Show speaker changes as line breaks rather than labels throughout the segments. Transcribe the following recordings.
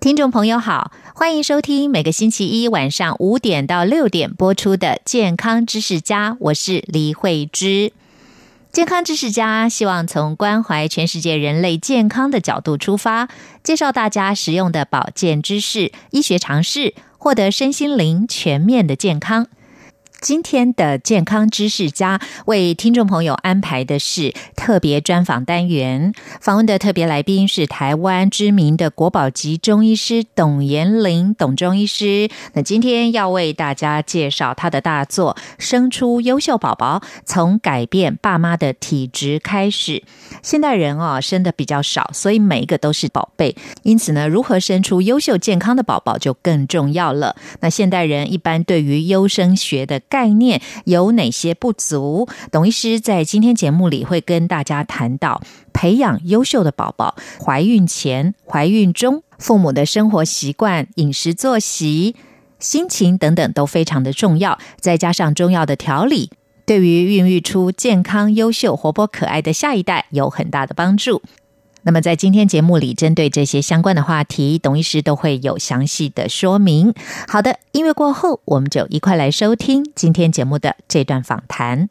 听众朋友好，欢迎收听每个星期一晚上五点到六点播出的《健康知识家》，我是李慧芝。健康知识家希望从关怀全世界人类健康的角度出发，介绍大家实用的保健知识、医学常识，获得身心灵全面的健康。今天的健康知识家为听众朋友安排的是特别专访单元，访问的特别来宾是台湾知名的国宝级中医师董延龄董中医师。那今天要为大家介绍他的大作《生出优秀宝宝：从改变爸妈的体质开始》。现代人哦生的比较少，所以每一个都是宝贝。因此呢，如何生出优秀健康的宝宝就更重要了。那现代人一般对于优生学的概念有哪些不足？董医师在今天节目里会跟大家谈到培养优秀的宝宝，怀孕前、怀孕中，父母的生活习惯、饮食作息、心情等等都非常的重要，再加上中药的调理。对于孕育出健康、优秀、活泼、可爱的下一代有很大的帮助。那么，在今天节目里，针对这些相关的话题，董医师都会有详细的说明。好的，音乐过后，我们就一块来收听今天节目的这段访谈。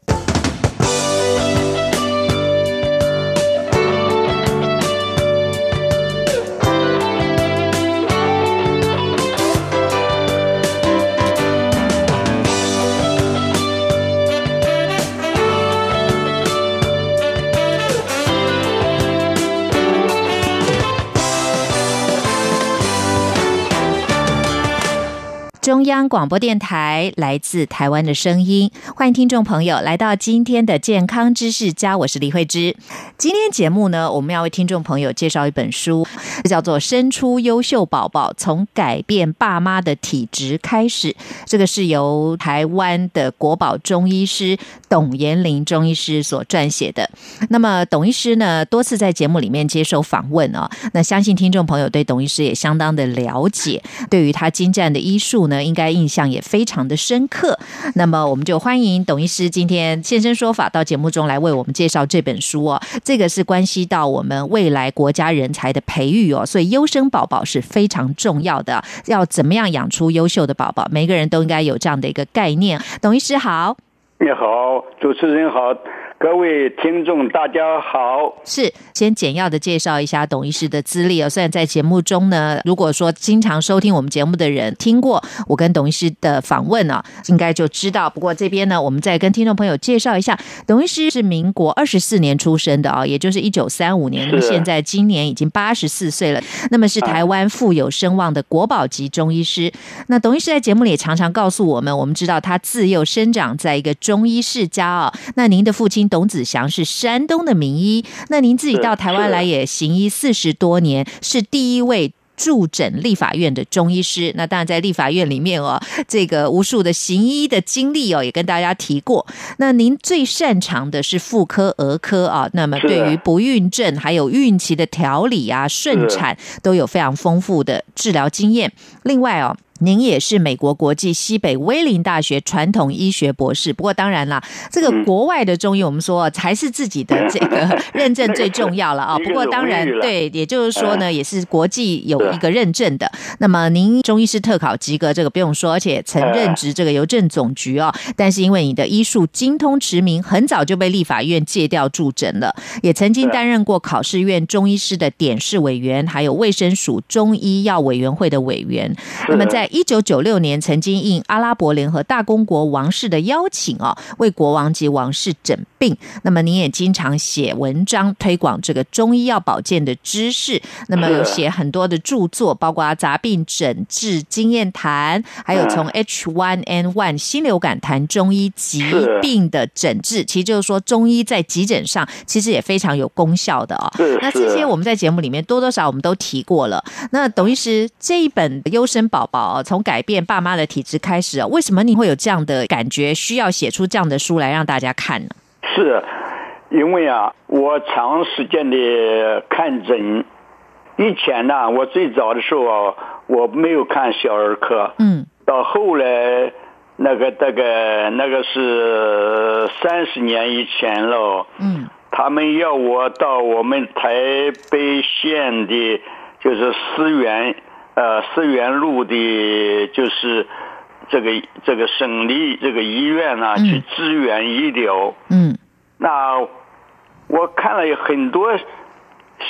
中央广播电台来自台湾的声音，欢迎听众朋友来到今天的健康知识家，我是李慧芝。今天节目呢，我们要为听众朋友介绍一本书，叫做《生出优秀宝宝：从改变爸妈的体质开始》。这个是由台湾的国宝中医师董延龄中医师所撰写的。那么，董医师呢，多次在节目里面接受访问哦。那相信听众朋友对董医师也相当的了解，对于他精湛的医术呢，应该印象也非常的深刻。那么，我们就欢迎董医师今天现身说法到节目中来为我们介绍这本书哦。这个是关系到我们未来国家人才的培育哦，所以优生宝宝是非常重要的。要怎么样养出优秀的宝宝，每个人都应该有这样的一个概念。董医师好。
你好，主持人好，各位听众大家好。
是，先简要的介绍一下董医师的资历哦。虽然在节目中呢，如果说经常收听我们节目的人听过我跟董医师的访问呢、应该就知道。不过这边呢，我们再跟听众朋友介绍一下，董医师是民国二十四年出生的哦，也就是一九三五年，
是
现在今年已经八十四岁了。那么是台湾富有声望的国宝级中医师。那董医师在节目里也常常告诉我们，我们知道他自幼生长在一个中医世家哦。那您的父亲董子祥是山东的名医，那您自己
是
到台湾
是
来也行医四十多年，是第一位。驻诊立法院的中医师，那当然在立法院里面哦，这个无数的行医的经历哦，也跟大家提过。那您最擅长的是妇科、儿科啊，那么
是
对于不孕症还有孕期的调理啊、顺产都有非常丰富的治疗经验。另外哦。您也是美国国际西北威灵大学传统医学博士，不过当然啦，
嗯
这个国外的中医我们说哦还是自己的这个认证最重要了啊。
一个
不过当然
荣誉了哎
对，也就是说呢，也是国际有
是
一个认证的。那么您中医师特考及格，这个不用说，而且曾任职这个邮政总局哦。但是因为你的医术精通驰名，很早就被立法院借调驻诊了，也曾经
是
担任过考试院中医师的点试委员，还有卫生署中医药委员会的委员。那么在一九九六年曾经应阿拉伯联合大公国王室的邀请哦，为国王及王室诊病。那么您也经常写文章推广这个中医药保健的知识，那么有写很多的著作，包括杂病诊治经验谈，还有从 H1N1 新流感谈中医疾病的诊治，其实就是说中医在急诊上其实也非常有功效的哦。
是
那这些我们在节目里面多多少少我们都提过了。那董医师这一本《优生宝宝》哦从改变爸妈的体质开始啊，为什么你会有这样的感觉，需要写出这样的书来让大家看呢？
是，因为啊，我长时间的看诊。以前呢、我最早的时候啊，我没有看小儿科，
嗯，
到后来那个那个那个是三十年以前了，
嗯，
他们要我到我们台北县的，就是思源呃思源路的，就是这个这个省立这个医院呢、
嗯
去支援医疗。
嗯
那我看了有很多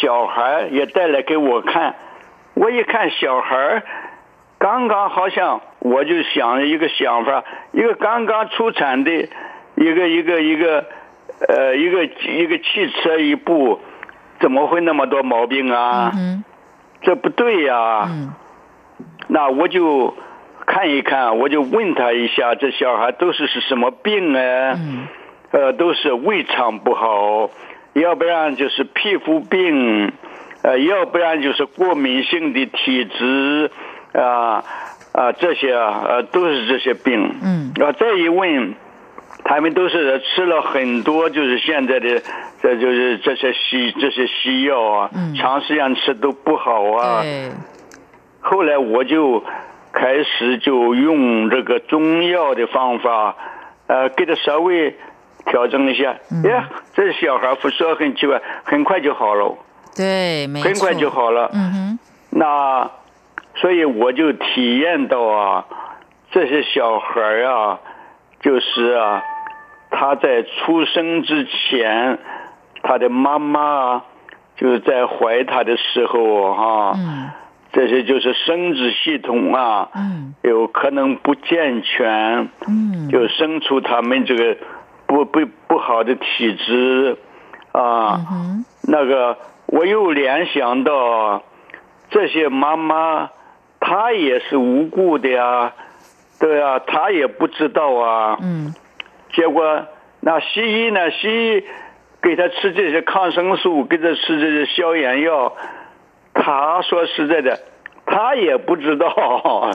小孩儿也带来给我看，我一看小孩儿刚刚好像我就想了一个想法，一个刚刚出产的，一个一个一个呃一个一个汽车一部，怎么会那么多毛病啊？
嗯
这不对呀、
嗯
那我就看一看，我就问他一下，这小孩都是是什么病啊？
嗯
呃，都是胃肠不好，要不然就是皮肤病，呃，要不然就是过敏性的体质，啊、啊、这些啊呃都是这些病。
嗯
啊，再一问，他们都是吃了很多，就是现在的，这就是这些西这些西药啊，
嗯
长时间吃都不好啊。
对，
后来我就开始就用这个中药的方法，呃，给他稍微调整一下。
嗯
耶，这小孩不说很奇怪，很快就好了，
对，没
很快
错
就。好了。
嗯哼，
那所以我就体验到啊，这些小孩儿啊，就是啊，他在出生之前，他的妈妈啊就是在怀他的时候哈、
嗯
这些就是生殖系统啊，
嗯
有可能不健全，
嗯
就生出他们这个不不不好的体质啊。
嗯
那个我又联想到这些妈妈，她也是无辜的呀，对啊，她也不知道啊。
嗯
结果那西医呢，西医给他吃这些抗生素，给他吃这些消炎药，他说实在的，他也不知道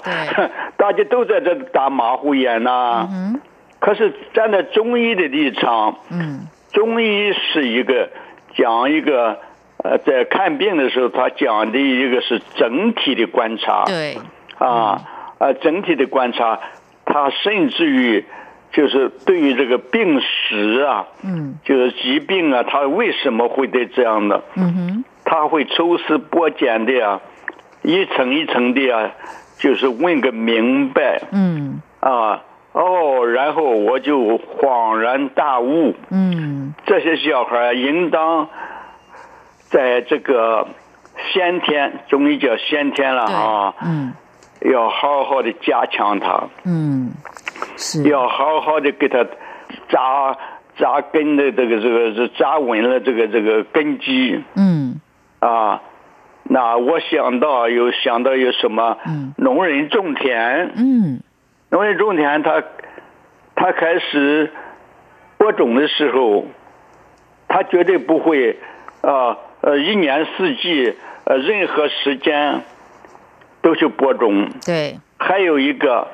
对，
大家都在这打马虎眼呐、
嗯
可是站在中医的立场，
嗯
中医是一个讲一个。呃，在看病的时候，他讲的一个是整体的观察，
对，
啊，呃，整体的观察，他甚至于就是对于这个病史啊，
嗯
就是疾病啊，他为什么会得这样的，
嗯哼，
他会抽丝剥茧的呀，一层一层的呀，就是问个明白
嗯
啊。哦，然后我就恍然大悟，
嗯
这些小孩儿应当在这个先天，中医叫先天了
对
啊，，
嗯
要好好的加强它，
嗯是，
要好好的给它扎扎根的这个这个这扎稳了这个这个根基
嗯
啊。那我想到有想到有什么
嗯
农人种田，
嗯
农人种田他他开始播种的时候，他绝对不会啊呃一年四季呃任何时间都去播种。
对，
还有一个，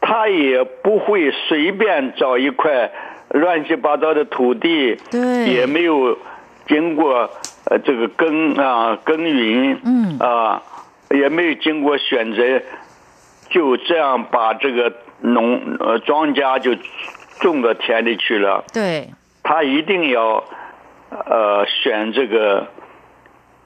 他也不会随便找一块乱七八糟的土地，
对
也没有经过呃这个耕啊耕耘，
嗯
啊，也没有经过选择，就这样把这个农呃庄稼就种到田里去了。
对，
他一定要呃选这个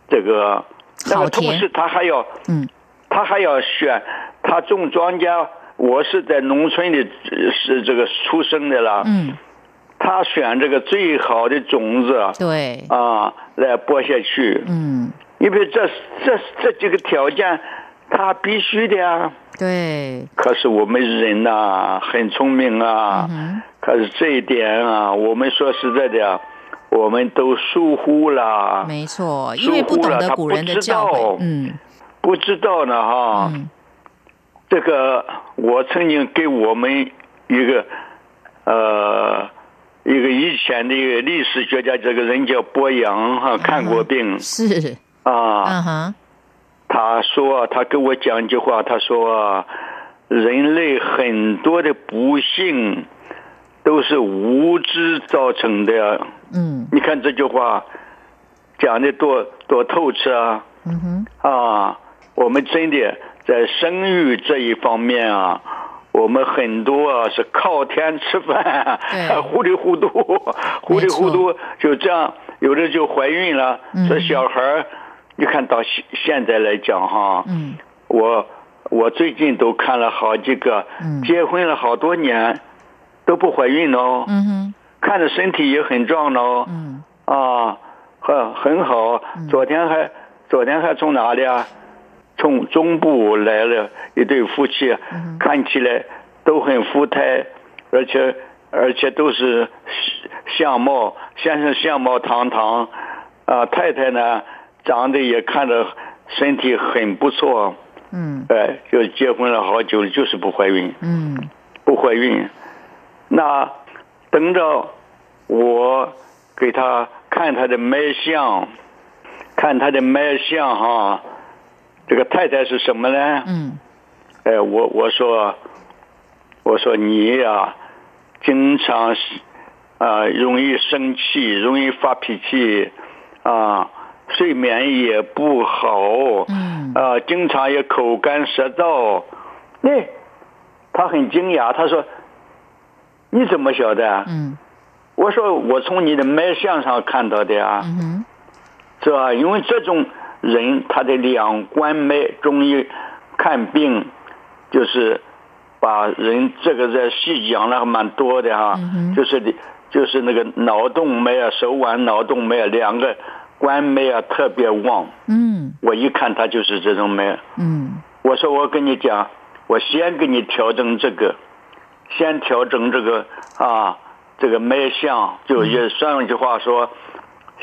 这个，那
好
么同
田
时他还要
嗯
他还要选，他种庄稼，我是在农村里呃是这个出生的了，
嗯
他选这个最好的种子
对，
啊来播下去，
嗯
因为这这这几个条件，他必须的呀、
对，
可是我们人呐、很聪明啊，
嗯
可是这一点啊，我们说实在的啊，我们都疏忽了，
没错，因为不懂得古人的教
疏
诲
忽了他不知道，
嗯
不知道呢哈。
嗯
这个我曾经给我们一个呃一个以前的一个历史学家，这个人叫伯阳哈，看过病
是，
嗯啊，
嗯哼，
他说啊他跟我讲一句话，他说啊人类很多的不幸都是无知造成的。
嗯
你看这句话讲的多多透彻啊！
嗯哼，
啊，我们真的在生育这一方面啊，我们很多啊是靠天吃饭
对，
糊里糊涂，糊里糊涂就这样，有的就怀孕了
嗯。
这小孩儿，你看到现现在来讲哈，
嗯
我我最近都看了好几个
嗯，
结婚了好多年都不怀孕哦，
嗯哼，
看着身体也很壮哦，
嗯
啊，很很好。昨天还昨天还从哪里啊？从中部来了一对夫妻，
嗯
看起来都很富态，而且而且都是相貌，先生相貌堂堂，啊，太太呢长得也看着身体很不错，
嗯
哎，就结婚了好久了，就是不怀孕。
嗯
不怀孕，那等着我给他看他的脉象，看他的脉象哈。这个太太是什么呢？
嗯
哎，我我说，我说你呀、经常是啊、容易生气，容易发脾气，啊，睡眠也不好，
嗯
啊，经常也口干舌燥。那、他很惊讶，他说：“你怎么晓得啊？”
嗯
我说：“我从你的脉象上看到的呀，
嗯哼，
是吧？
嗯
因为这种人他的两关脉，中医看病就是把人这个在细讲了还蛮多的哈，
嗯哼
就是你就是那个脑动脉啊、手腕脑动脉啊两个关脉啊特别旺。
嗯
我一看他就是这种脉。
嗯
我说我跟你讲，我先给你调整这个，先调整这个啊，这个脉象，就也上一句话说，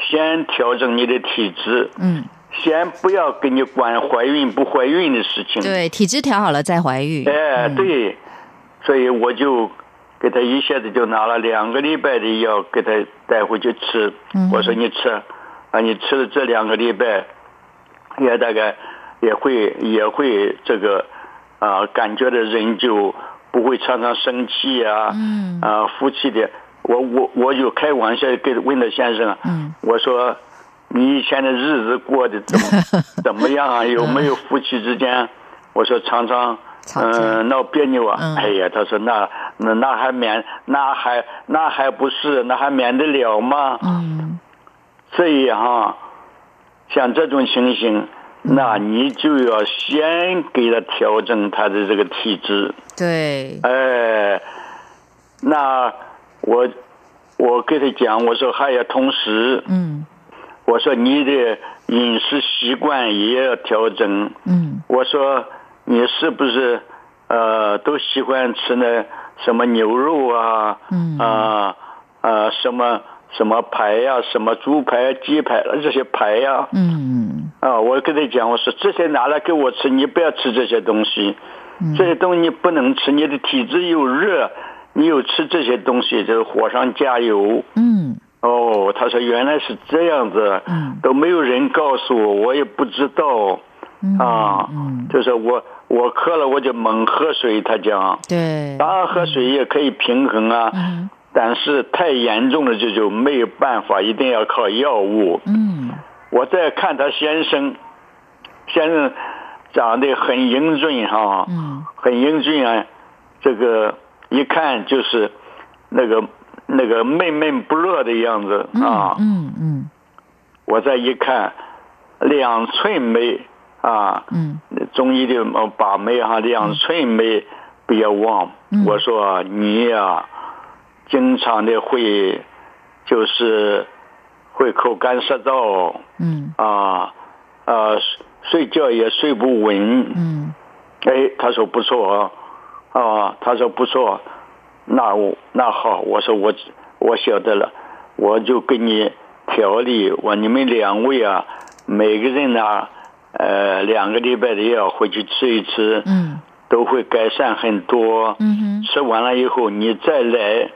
先调整你的体质，
嗯，
先不要给你管怀孕不怀孕的事情。
对，体质调好了再怀孕，
哎，
嗯，
对，所以我就给他一下子就拿了两个礼拜的药给他带回去吃
嗯。
我说你吃，啊，你吃了这两个礼拜，也大概也会也会这个啊、感觉的人就不会常常生气啊，
嗯
啊，夫妻的，我我我就开玩笑给问他先生，
嗯
我说你以前的日子过得 怎么怎么样啊？有没有夫妻之间？我说常常。
吵架
嗯，闹别扭啊！
嗯
哎呀，他说那那那还免那还那还不是那还免得了吗？
嗯
所以哈，像这种情形，
嗯
那你就要先给他调整他的这个体质。
对，
哎，那我我跟他讲，我说还要同时，
嗯
我说你的饮食习惯也要调整。
嗯
我说你是不是呃都喜欢吃那什么牛肉啊？
嗯
啊呃什么什么排呀、什么猪排、鸡排这些排呀、啊？
嗯
我跟他讲，我说这些拿来给我吃，你不要吃这些东西，
嗯
这些东西你不能吃，你的体质又热，你又吃这些东西，就是火上加油。
嗯
哦，他说原来是这样子，
嗯
都没有人告诉我，我也不知道。
嗯
啊，
嗯，
就是我我渴了我就猛喝水，他讲，
对，
当然喝水也可以平衡啊，
嗯
但是太严重了这就没有办法，一定要靠药物。
嗯
我再看他先生，先生长得很英俊哈、
嗯
很英俊啊，这个一看就是那个那个闷闷不乐的样子啊。
嗯嗯
我再一看，两寸眉啊，
嗯
中医的呃把脉哈，两寸眉不要忘。
嗯
我说你呀、经常的会就是会口干舌燥啊
嗯
啊，呃，睡睡觉也睡不稳
嗯
哎，他说不错啊，啊，他说不错，那我那好，我说我我晓得了，我就给你条例，我你们两位啊，每个人呢、呃，两个礼拜的药回去吃一吃，
嗯，
都会改善很多，
嗯哼，
吃完了以后你再来，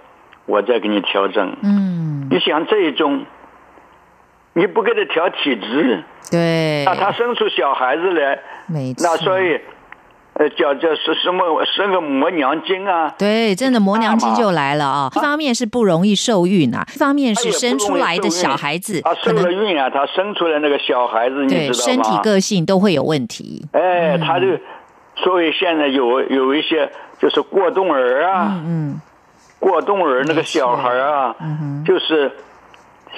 我再给你调整。
嗯，
你想这一种，你不给他调体质，
对，
那他生出小孩子来。
没错，
那所以，呃，叫叫是什么生个磨娘精啊？
对，真的磨娘期就来了啊！一方面是不容易受孕啊，一方面是生出来的小孩子
他
可
受了
能
孕啊，他生出来那个小孩子，你
对
知道
身
吗？
体嗯个性都会有问题。
哎，他就，所以现在有有一些就是过动儿啊，
嗯
过动儿那个小孩啊，就是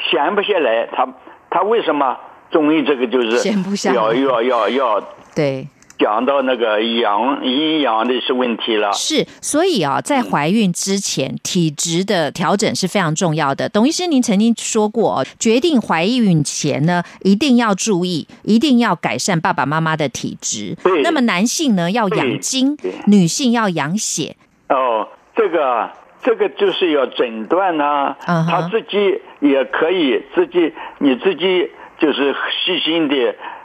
闲不下来，他他为什么？中医这个就是
闲不下来
要要要要
嗯，对，
讲到那个阳阴阳的是问题了。
是，所以啊，在怀孕之前，体质的调整是非常重要的。董医师，您曾经说过、哦，决定怀孕前呢，一定要注意，一定要改善爸爸妈妈的体质
对。
那么男性呢，要养精
对对；
女性要养血。
哦，这个这个就是要诊断呐、
嗯哼
他自己也可以自己你自己就是细心的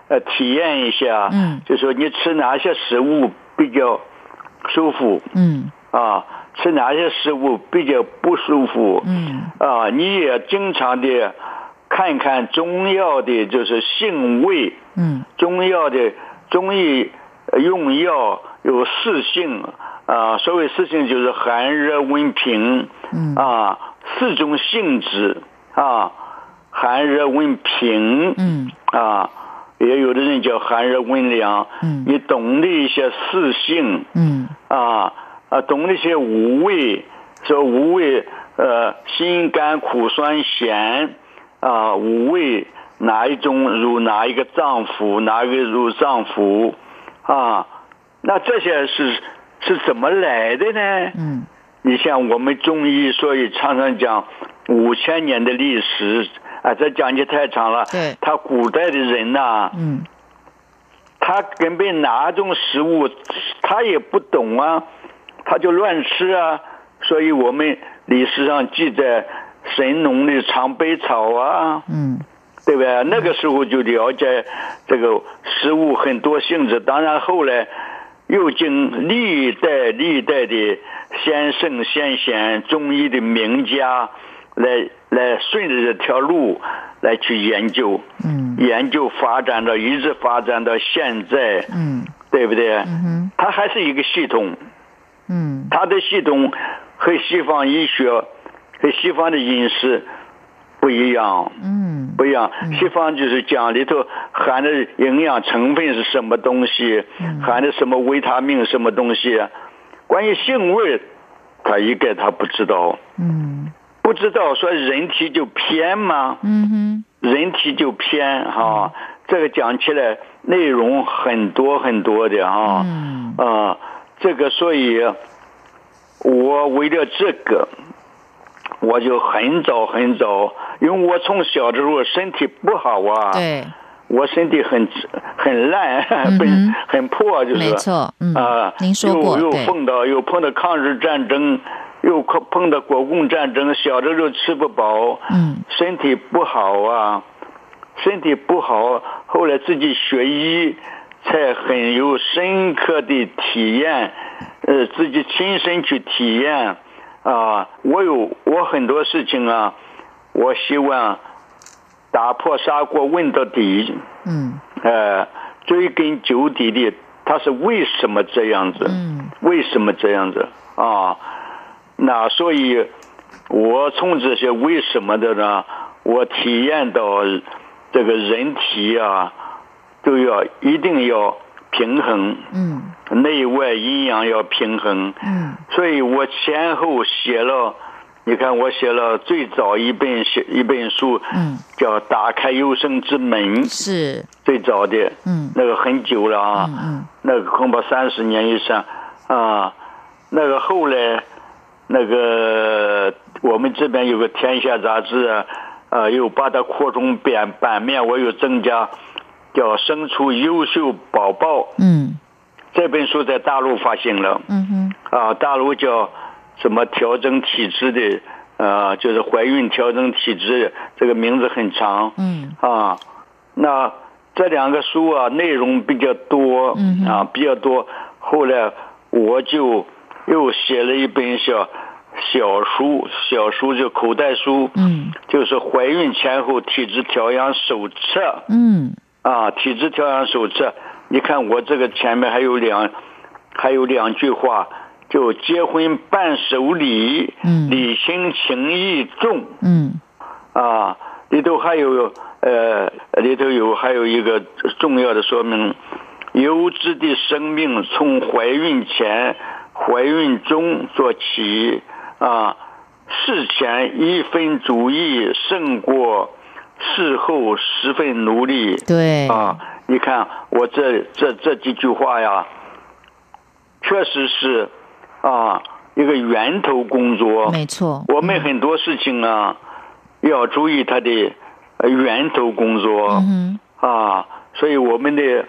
呃体验一下，
嗯
就说你吃哪些食物比较舒服
嗯
啊，吃哪些食物比较不舒服，
嗯，
啊，你也经常的看看中药的，就是性味，
嗯，
中药的中医呃用药有四性啊，所谓四性就是寒热温平，
嗯
啊，四种性质啊，寒热温平，
嗯
啊，也有的人叫寒热温凉，
嗯
你懂得一些四性，
嗯
啊啊，懂那些五味，说五味呃辛甘苦酸咸啊五味哪一种入哪一个脏腑，哪一个入脏腑啊？那这些是是怎么来的呢？
嗯
你像我们中医，所以常常讲五千年的历史啊，这讲起太长了。
对
他古代的人呐、
嗯，
他根本哪种食物他也不懂啊，他就乱吃啊。所以我们历史上记载神农的尝百草啊，
嗯
对不对？那个时候就了解这个食物很多性质。当然后来又经历代历代的先圣先贤、中医的名家来来顺着这条路来去研究，
嗯
研究发展到一直发展到现在，
嗯
对不对？
嗯哼
它还是一个系统，
嗯
它的系统和西方医学、和西方的饮食不一样，
嗯
不一样。西方就是讲里头含的营养成分是什么东西，
嗯
含的什么维他命什么东西，关于性味儿，他一概他不知道，
嗯
不知道说人体就偏吗？
嗯哼
人体就偏哈、
嗯
这个讲起来内容很多很多的哈，
嗯
啊、这个所以，我为了这个，我就很早很早，因为我从小的时候身体不好啊，
对，
我身体很很烂，
嗯哼
很很破，就是
没错，嗯
啊，，
您说过
又又
对，
碰到又碰到抗日战争，又碰碰到国共战争，小的时候吃不饱，
嗯
身体不好啊，身体不好，后来自己学医，才很有深刻的体验，呃，自己亲身去体验啊。我有我很多事情啊，我希望打破砂锅问到底，
嗯
呃，追根究底的，他是为什么这样子？
嗯
为什么这样子啊？那所以，我从这些为什么的呢，我体验到这个人体啊，都要一定要平衡，
嗯
内外阴阳要平衡。
嗯
所以我前后写了，你看我写了最早一本写一本书，
嗯，
叫《打开有生之门》，
是，
最早的，
嗯
那个很久了啊。
嗯嗯
那个恐怕三十年以上啊。那个后来，那个我们这边有个《天下》杂志啊，呃，又把它扩充版版面，我又增加，叫“生出优秀宝宝
嗯”，
这本书在大陆发行了，
嗯哼，
啊，大陆叫什么调整体质的，呃，就是怀孕调整体质，这个名字很长，
嗯
啊，那这两个书啊，内容比较多，
嗯哼
啊，比较多。后来我就又写了一本小小书，小书就口袋书，
嗯
就是怀孕前后体质调养手册
嗯
啊，体质调养手册。你看我这个前面还有两，还有两句话，就结婚伴手礼，
嗯
礼轻情意重。
嗯
啊，里头还有呃，里头有还有一个重要的说明：优质的生命从怀孕前、怀孕中做起啊，事前一分注意胜过事后十分努力。
对，
啊，你看我这这这几句话呀，确实是啊一个源头工作。
没错，
我们很多事情啊，要注意它的呃源头工作
嗯
啊，所以我们的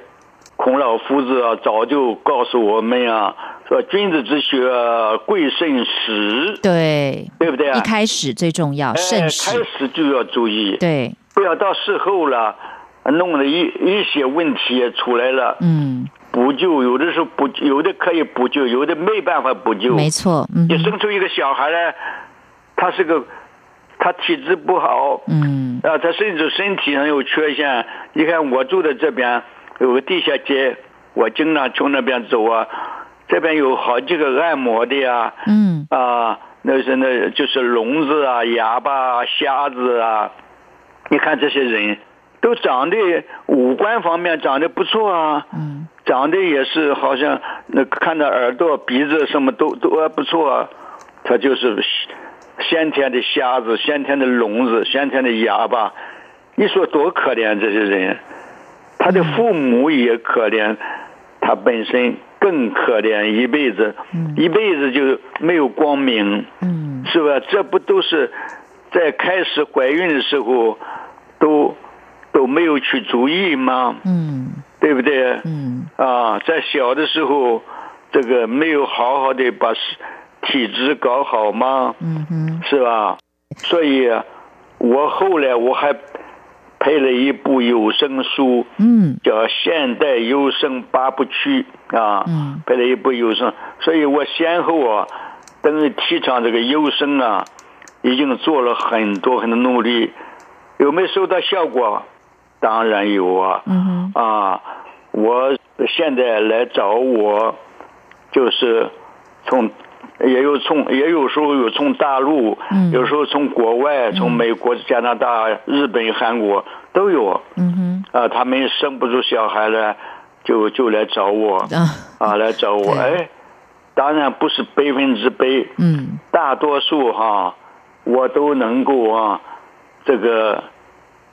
孔老夫子啊，早就告诉我们啊，说君子之学啊贵慎始
哼，，对，
对不对啊
一？开始最重要，
哎，
慎
开
始，
始就要注意，
对，
不要到事后了，弄得一一些问题也出来了，
嗯，
补救有的时候补，有的可以补救，有的没办法补救，
没错，嗯
你生出一个小孩来，他是个，他体质不好，
嗯
啊，他甚至身体上有缺陷。你看我住的这边有个地下街，我经常从那边走啊，这边有好几个按摩的呀，
嗯
啊，那是那就是聋子啊、哑巴、啊、瞎子啊，你看这些人都长得五官方面长得不错啊，
嗯
长得也是好像那看着耳朵、鼻子什么都都还不错、啊，他就是先先天的瞎子、先天的聋子、先天的哑巴，你说多可怜这些人，他的父母也可怜，他本身更可怜，一辈子一辈子就没有光明，
嗯，
是吧？这不都是在开始怀孕的时候都都没有去注意吗？
嗯
对不对？
嗯
啊，在小的时候，这个没有好好的把体质搞好吗？
嗯哼，
是吧？所以，我后来我还配了一部有声书，
嗯
叫《现代优生八部曲》啊
嗯，
配了一部有声，所以我先后啊，等于提倡这个优生啊，已经做了很多很多努力，有没有收到效果？当然有啊，
嗯哼，
啊，我现在来找我，就是从也有从也有时候有从大陆，
嗯
有时候从国外，从美国、加拿大、日本、韩国都有
嗯哼，
啊，他们生不出小孩来，就就来找我
啊，
啊，来找我，
对
哎，当然不是百分之百，
嗯
大多数哈、我都能够啊，这个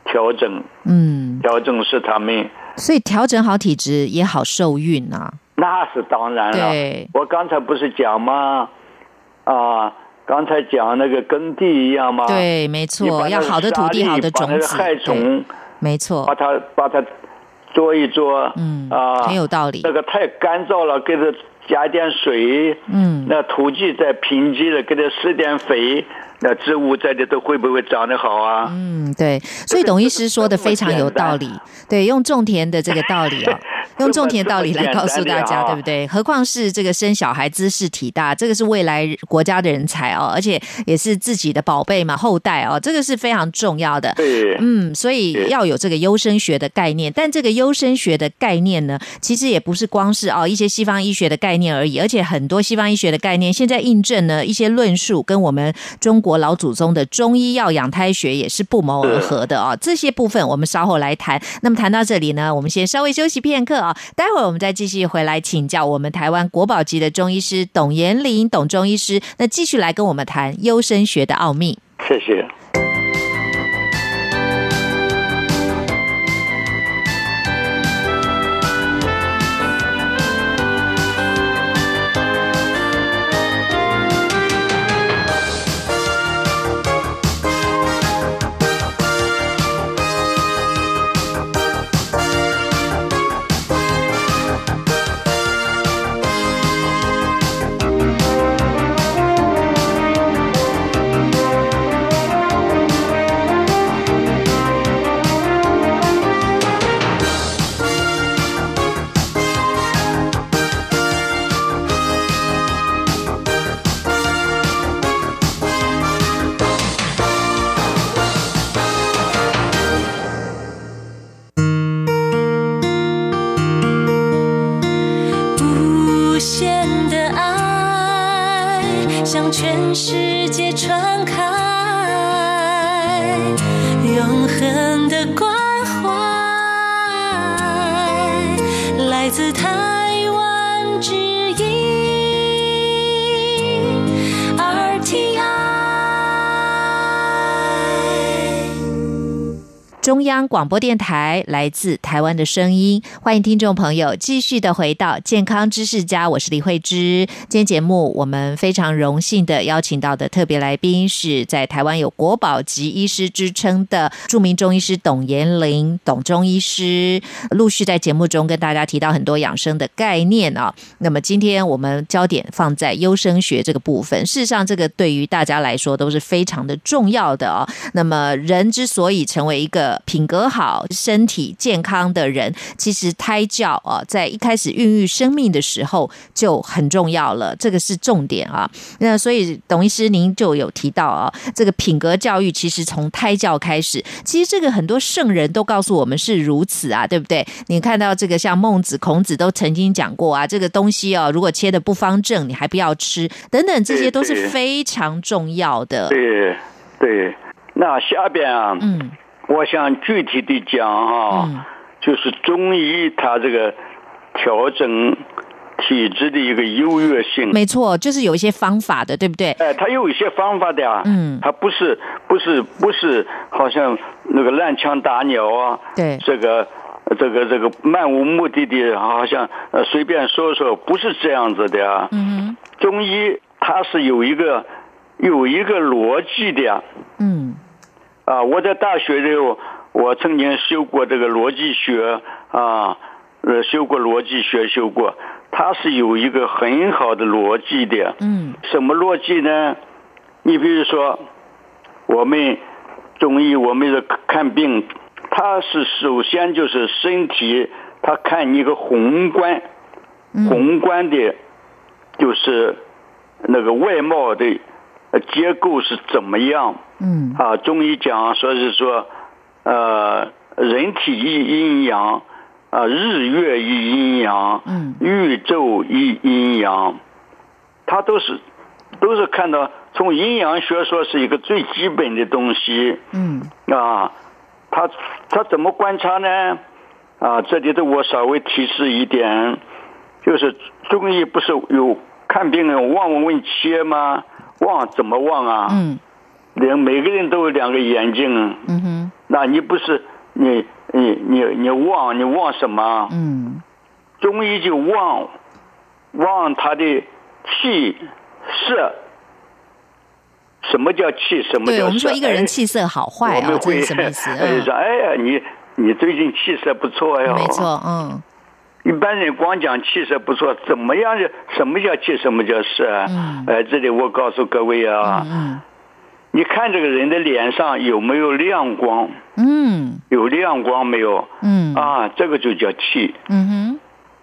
调整
嗯，
调整是他们。
所以调整好体质也好受孕啊，
那是当然了
对。
我刚才不是讲吗？啊，刚才讲那个耕地一样吗？
对，没
你啊把那
错，
个
要好的土地，
沙粒
好的
把那
种
个
子，
害
对，
虫，
没
把
错，
它把它捉一捉。
嗯
啊，，
很有道理
那，个太干燥了，给它加点水。
嗯
那土地再贫瘠了，给它施点肥，那植物在里头会不会长得好啊？
嗯，对，所以董医师说的非常有道理，对，用种田的这个道理 啊，用种田道理来告诉大
啊
家，对不对？何况是这个生小孩知识体大，这个是未来国家的人才哦，而且也是自己的宝贝嘛，后代哦，这个是非常重要的。
对，
嗯，所以要有这个优生学的概念，但这个优生学的概念呢，其实也不是光是哦一些西方医学的概念而已，而且很多西方医学的概念现在印证呢一些论述跟我们中国老祖宗的中医药养胎学也是不谋而合的哦。这些部分我们稍后来谈。那么谈到这里呢，我们先稍微休息片刻啊、待会儿我们再继续回来请教我们台湾国宝级的中医师董延林董中医师，那继续来跟我们谈优生学的奥秘。
谢谢。
世界传开，永恒的关怀，来自台湾之音 RTI。
中央广播电台来自台湾的声音，欢迎听众朋友继续的回到健康知识家，我是李慧芝。今天节目我们非常荣幸的邀请到的特别来宾是在台湾有国宝级医师之称的著名中医师董延龄，董中医师陆续在节目中跟大家提到很多养生的概念啊、那么今天我们焦点放在优生学这个部分，事实上这个对于大家来说都是非常的重要的哦。那么人之所以成为一个品格好、身体健康的人，其实胎教啊，在一开始孕育生命的时候就很重要了，这个是重点啊。那所以董医师您就有提到啊，这个品格教育其实从胎教开始，其实这个很多圣人都告诉我们是如此啊，对不对？你看到这个像孟子、孔子都曾经讲过啊，这个东西哦，如果切的不方正，你还不要吃，等等，这些都是非常重要的。
对对，那下边啊，
嗯
我想具体的讲哈、
嗯
就是中医它这个调整体质的一个优越性。
没错，就是有一些方法的，对不对？
哎，它有一些方法的啊，
嗯
它不是不是不是，好像那个乱枪打鸟啊，
对
这个这个这个漫无目的的，好像呃随便说说，不是这样子的啊。
嗯
中医它是有一个有一个逻辑的啊。
哼，嗯
啊，我在大学的时候，我曾经修过这个逻辑学啊，呃，修过逻辑学，修过，它是有一个很好的逻辑的。
嗯
什么逻辑呢？你比如说，我们中医，我们的看病，它是首先就是身体，它看一个宏观，宏观的，就是那个外貌的呃结构是怎么样。
嗯
啊，中医讲说是说，呃，人体一阴阳，啊，日月一阴阳，
嗯
宇宙一阴阳，它都是都是看到从阴阳学说是一个最基本的东西
嗯
啊，它它怎么观察呢？啊，这里头我稍微提示一点，就是中医不是有看病人望问切吗？望怎么望啊？
嗯
人每个人都有两个眼睛，啊
嗯哼，
那你不是你你你你望你望什么？啊
嗯
中医就望望他的气色。什么叫气？什么叫色？
对，我们说一个人气色好坏
哎我
啊，
们
这
会
是什么意 思？
哎说
嗯，
哎呀，你你最近气色不错呀。
没。错，嗯
一般人光讲气色不错，怎么样的？什么叫气？什么叫色？
嗯
哎，这里我告诉各位啊，
嗯
你看这个人的脸上有没有亮光？
嗯
有亮光没有？
嗯
啊，这个就叫气。
嗯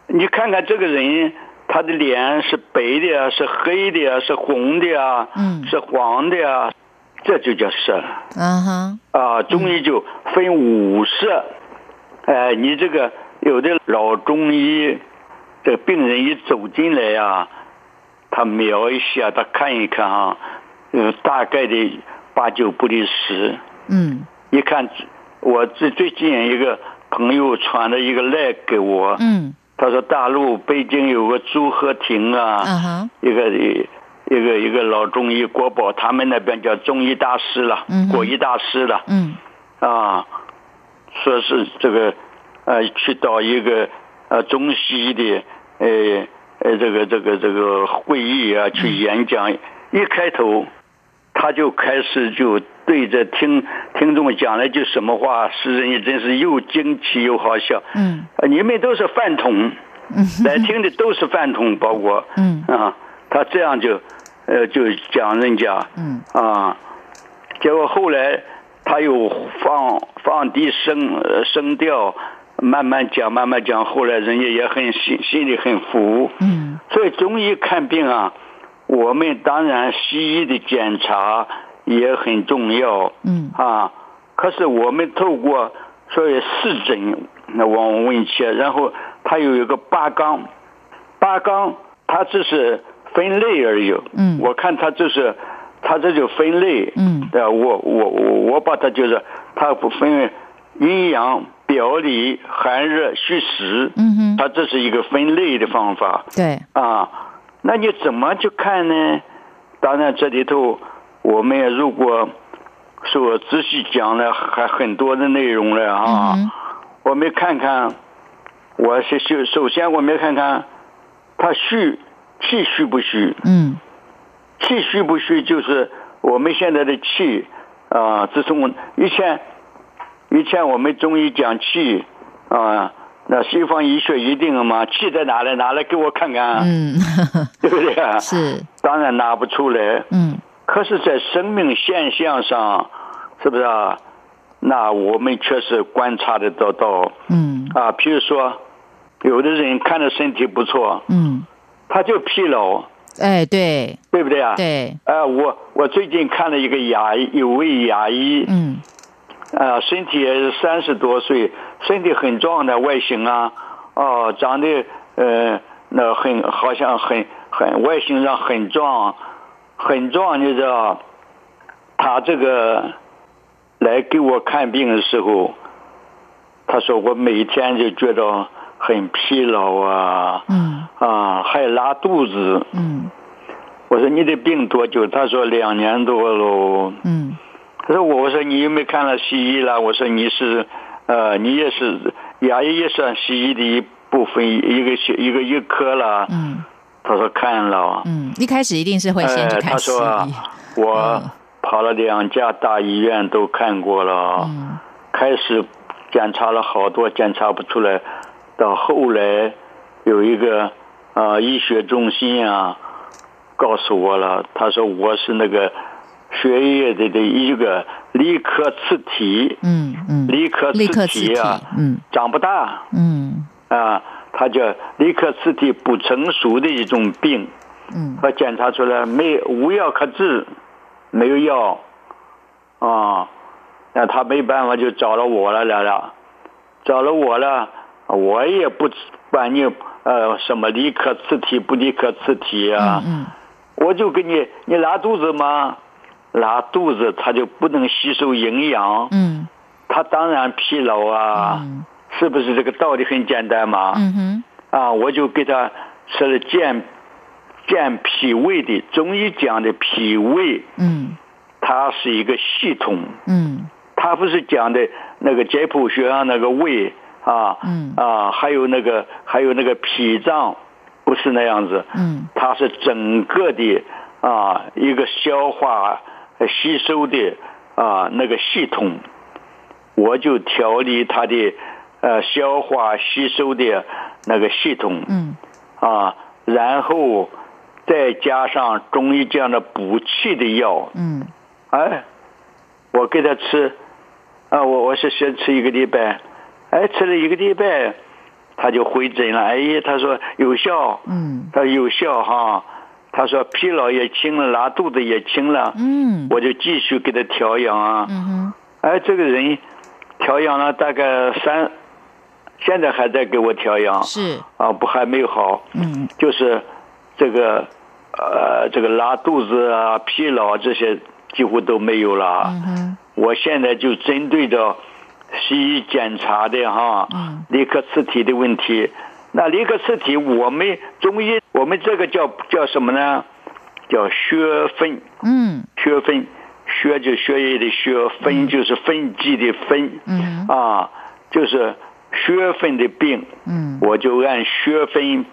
哼，
你看看这个人，他的脸是白的呀，是黑的呀，是红的呀，
嗯
是黄的呀，这就叫色
啊哈，
啊。中医就分五色，哎、你这个有的老中医，这个病人一走进来呀、他瞄一下，他看一看啊，呃，大概的八九不离十。
嗯
一看，我最最近一个朋友传了一个赖给我，
嗯
他说大陆北京有个朱和廷啊，
啊哈，
一个一个一个老中医国宝，他们那边叫中医大师了，
嗯哼
国医大师了
嗯
啊，说是这个呃去到一个呃中西医的呃呃这个这个这个会议
嗯
啊去演讲，一开头他就开始就对着听听众讲了句什么话，使人也真是又惊奇又好笑。
嗯
呃你们都是饭桶，来听的都是饭桶，包括
嗯
啊，他这样就呃就讲人家
嗯
啊，结果后来他又放放低声呃声调，慢慢讲慢慢讲，后来人家也很心心里很服。
嗯
所以中医看病啊，我们当然西医的检查也很重要。
嗯
啊，可是我们透过所谓四诊，那望闻问切，然后它有一个八纲，八纲它只是分类而已。
嗯
我看它就是它这就分类。
嗯
呃，我我我我把它就是它不分为阴阳、表里、寒热、虚实。
嗯哼，
它这是一个分类的方法。
对，
啊，那你怎么去看呢？当然，这里头我们也如果说仔细讲了，还很多的内容了啊。
嗯哼
我们看看，我是首首先我们看看它虚气虚不虚？
嗯
气虚不虚就是我们现在的气啊、自从以前以前我们中医讲气啊、那西方医学一定嘛，气在哪里？哪里？给我看看。
嗯，
对不对啊？
是，
当然拿不出来。
嗯
可是，在生命现象上，是不是啊？那我们确实观察得得到
嗯
啊。比如说，有的人看着身体不错，
嗯，
他就疲劳，
哎，对
对不对啊？。
对，
啊、我我最近看了一个牙医，有位牙医，
嗯
啊，身体也是三十多岁，身体很壮的外形啊，哦，长得呃，那很好像很很外形上很壮，很壮，你知道，他这个来给我看病的时候，他说我每天就觉得很疲劳啊，
嗯
啊，还拉肚子。
嗯
我说你的病多久？他说两年多喽。
嗯
他说我我说你有没有看了西医了？我说你是，呃，你也是牙医也算西医的一部分，一个学一个一科了。
嗯
他说看了，
嗯，一开始一定是会先去
呃，他
看西
说啊
医，
我
嗯
跑了两家大医院都看过了，
嗯
开始检查了好多，检查不出来，到后来有一个啊医学中心啊告诉我了，他说我是那个学业的的一个理科次体，
嗯嗯，
理科
立刻
次
自体
体啊，，
嗯
长不大
嗯
啊，它叫理科次体不成熟的一种病，
嗯
他检查出来没无药可治，没有药，啊，那他没办法就找了我了来了，找了我了，我也不管你呃什么理科次体不理科次体啊，
嗯
我就给你你拉肚子吗？拉肚子他就不能吸收营养，
嗯
他当然疲劳啊，
嗯
是不是这个道理很简单嘛？
嗯哼
啊，我就给他吃了健健脾胃的，中医讲的脾胃，
嗯
它是一个系统，
嗯
它不是讲的那个解剖学上那个胃啊，
嗯
啊，还有那个还有那个脾脏，不是那样子，
嗯
它是整个的啊一个消化呃吸收的啊那个系统，我就调理它的呃消化吸收的那个系统，
嗯
啊，然后再加上中医这样的补气的药，
嗯
哎，我给他吃，啊，我我是先吃一个礼拜，哎，吃了一个礼拜，他就回诊了，哎，他说有效，
嗯
他说有效哈，他说疲劳也轻了，拉肚子也轻了，
嗯
我就继续给他调养啊，
嗯哼
哎，这个人调养了大概三，现在还在给我调养，
是
啊，不还没有好，
嗯
就是这个呃，这个拉肚子啊、疲劳这些几乎都没有了。啊
嗯哼
我现在就针对着西医检查的哈
嗯，
立克次体的问题。那立克次体，我们中医我们这个叫叫什么呢？叫血分，
嗯
血分，血就血液的血，分就是分剂的分，
嗯
啊，就是血分的病，
嗯
我就按学分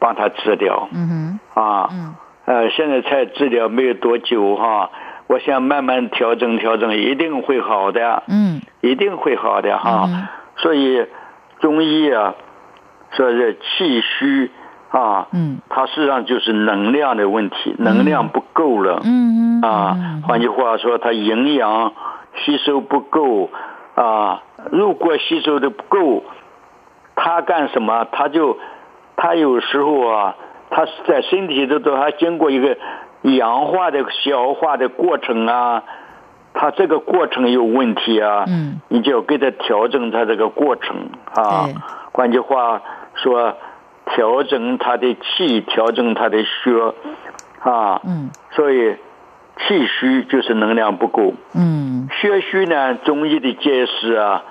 帮他治疗
嗯哼
啊。
嗯
呃，现在才治疗没有多久哈，我想慢慢调整调整，一定会好的，
嗯
一定会好的
嗯
哈。所以中医啊，说是气虚啊，
嗯
它实际上就是能量的问题，能量不够了。
嗯
啊，换句话说，它营养吸收不够啊。如果吸收的不够，它干什么？它就它有时候啊，它在身体里头，它经过一个氧化的消化的过程啊，它这个过程有问题啊，
嗯
你就要给它调整它这个过程啊
对。
换句话说，调整它的气，调整它的血啊。
嗯
所以气虚就是能量不够，
嗯
血虚呢，中医的解释啊，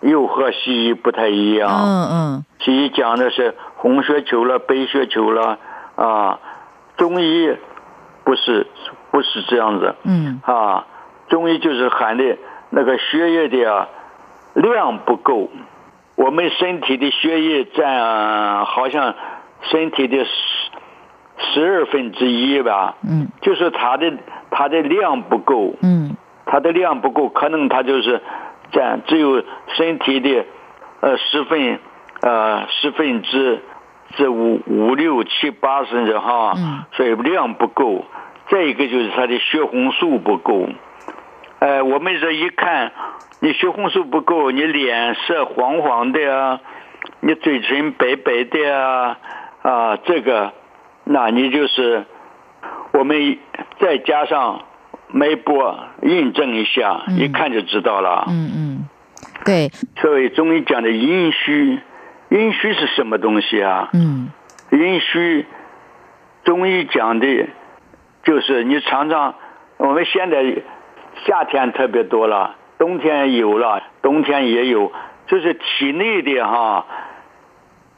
又和西医不太一样。
嗯嗯
西医讲的是红血球了、白血球了啊，中医不是不是这样子
嗯
啊，中医就是喊的那个血液的啊量不够，我们身体的血液占、啊好像身体的十十二分之一吧，
嗯
就是它的它的量不够，
嗯
它的量不够，可能它就是占只有身体的呃十分呃十分之这五五六七八甚至哈，
嗯
所以量不够。再一个就是它的血红素不够，呃，我们这一看，你血红素不够，你脸色黄黄的呀，你嘴唇白白的呀，啊，这个，那你就是我们再加上脉搏印证一下，
嗯
一看就知道了。
嗯嗯，对，
所以中医讲的阴虚，阴虚是什么东西啊？
嗯
阴虚，中医讲的，就是你常常，我们现在夏天特别多了，冬天也有了，冬天也有，就是体内的哈，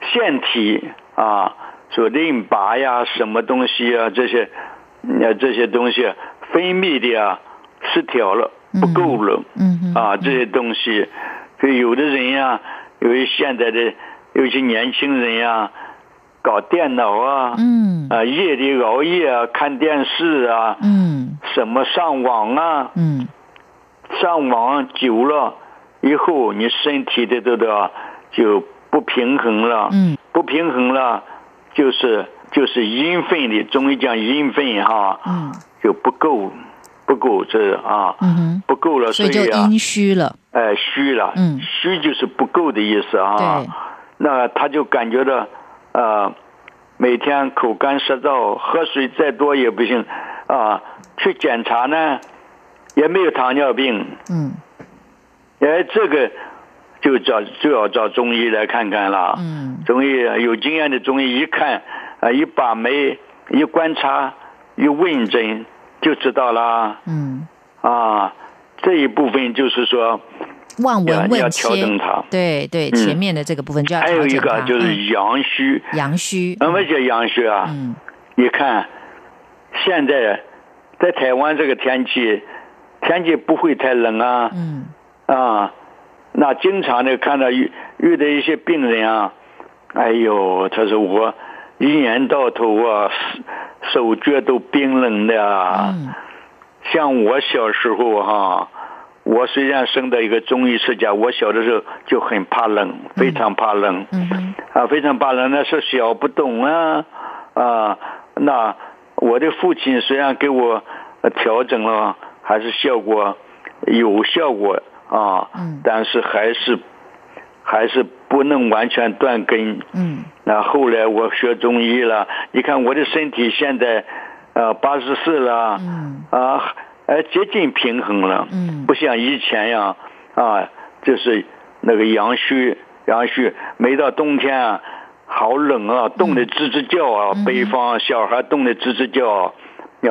腺体啊，说淋巴呀，什么东西啊，这些，呃，这些东西分泌的啊，失调了，不够了。
嗯哼
啊，这些东西，所以有的人呀、由于现在的尤其年轻人呀、搞电脑啊，
嗯
啊，夜里熬夜啊，看电视啊，
嗯
什么上网啊，
嗯
上网久了以后，你身体的这个就不平衡了，
嗯
不平衡了，就是就是阴分的，中医讲阴分哈、
嗯
就不够，不够这啊，
嗯哼，
不够了，
所以就
啊。
阴虚了，
哎，虚了，
嗯
虚就是不够的意思啊
对。
那他就感觉到，呃，每天口干舌燥，喝水再多也不行，啊，去检查呢，也没有糖尿病，
嗯
哎，这个就找就要找中医来看看了。
嗯
中医有经验的中医一看，啊，一把脉，一观察，一问诊就知道啦。
嗯，
啊，这一部分就是说，
望闻
要要
问
调
切，
整它。
对对，
嗯
前面的这个部分就要
还
调
有一
整
个
它，
就是
嗯
阳虚，
阳虚，
什么叫阳虚啊？
嗯
你看，现在在台湾这个天气，天气不会太冷啊
嗯
啊，那经常的看到遇遇到一些病人啊，哎呦，他说我一年到头啊，手手脚都冰冷的啊。
嗯
像我小时候哈、我虽然生在一个中医世家，我小的时候就很怕冷，非常怕冷。
嗯哼
啊，非常怕冷，那时候小不懂啊，啊，那我的父亲虽然给我呃调整了，还是效果有效果啊，
嗯
但是还是还是不能完全断根。
嗯
那后来我学中医了，你看我的身体现在呃八十四了，
嗯
啊，呃接近平衡了，
嗯
不像以前呀，啊，就是那个阳虚，阳虚，每到冬天啊，好冷啊，冻得吱吱叫啊，
嗯
北方小孩冻得吱吱叫，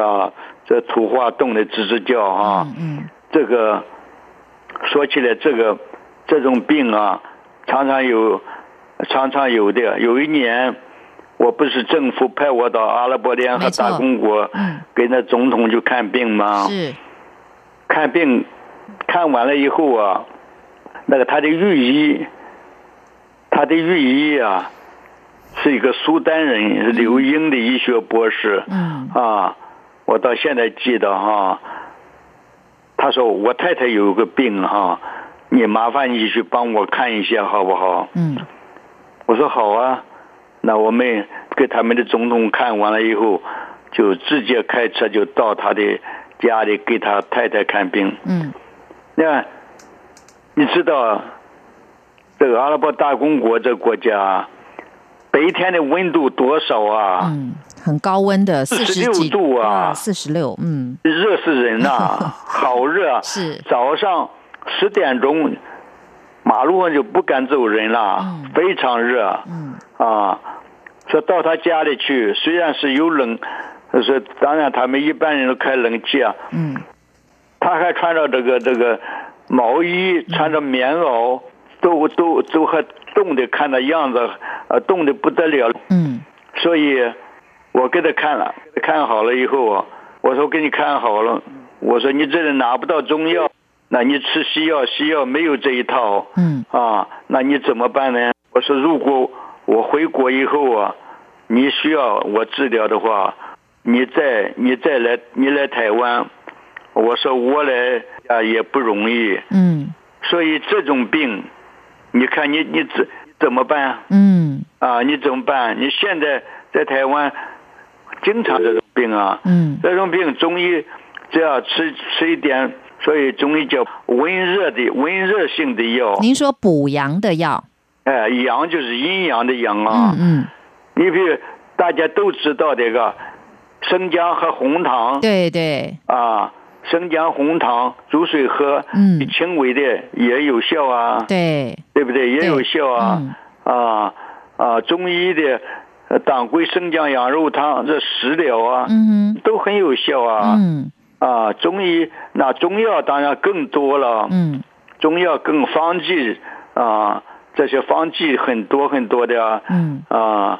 啊，这土话冻得吱吱叫啊，
嗯嗯
这个说起来，这个这种病啊，常常有，常常有的。有一年，我不是政府派我到阿拉伯联合
没错
大公国
嗯，
给那总统去看病吗？
是
看病看完了以后啊，那个他的御医，他的御医啊，是一个苏丹人，是留英的医学博士。
嗯
啊，我到现在记得哈、他说我太太有个病哈、你麻烦你去帮我看一下好不好？
嗯
我说好啊，那我们给他们的总统看完了以后，就直接开车就到他的家里给他太太看病。
嗯
那你知道，这个阿拉伯大公国这国家，白天的温度多少啊？
嗯，很高温的四十
46
几
度啊
四十六，嗯
热死 人呐、好热啊！
是
早上十点钟，马路上就不敢走人了，
嗯
非常热啊
嗯
啊。说到他家里去，虽然是有冷，是当然他们一般人都开冷气啊，
嗯，
他还穿着这个这个毛衣，穿着棉
嗯
袄，都都都还冻的看那样子，呃，冻的不得了。
嗯，
所以，我给他看了，看好了以后啊，我说给你看好了，我说你这里拿不到中药，那你吃西药，西药没有这一套。
嗯
啊，那你怎么办呢？我说如果我回国以后啊，你需要我治疗的话，你再你再来你来台湾，我说我来啊也不容易，
嗯
所以这种病，你看你你怎怎么办
嗯
啊？你怎么办？你现在在台湾经常这种病啊，
嗯
这种病中医只要吃吃一点，所以中医叫温热的温热性的药。
您说补阳的药，
哎，阳就是阴阳的阳啊。
嗯
你比如大家都知道这个生姜和红
嗯，
糖
对对，
啊，生姜红糖煮水喝，
嗯
你轻微的也有效啊，
对，嗯
对不对？也有效啊，啊啊，中医的呃当归生姜羊肉汤这食疗啊，
嗯
都很有效啊。
嗯
啊，中医那中药当然更多了，
嗯
中药更方剂啊，这些方剂很多很多的啊。
嗯
啊，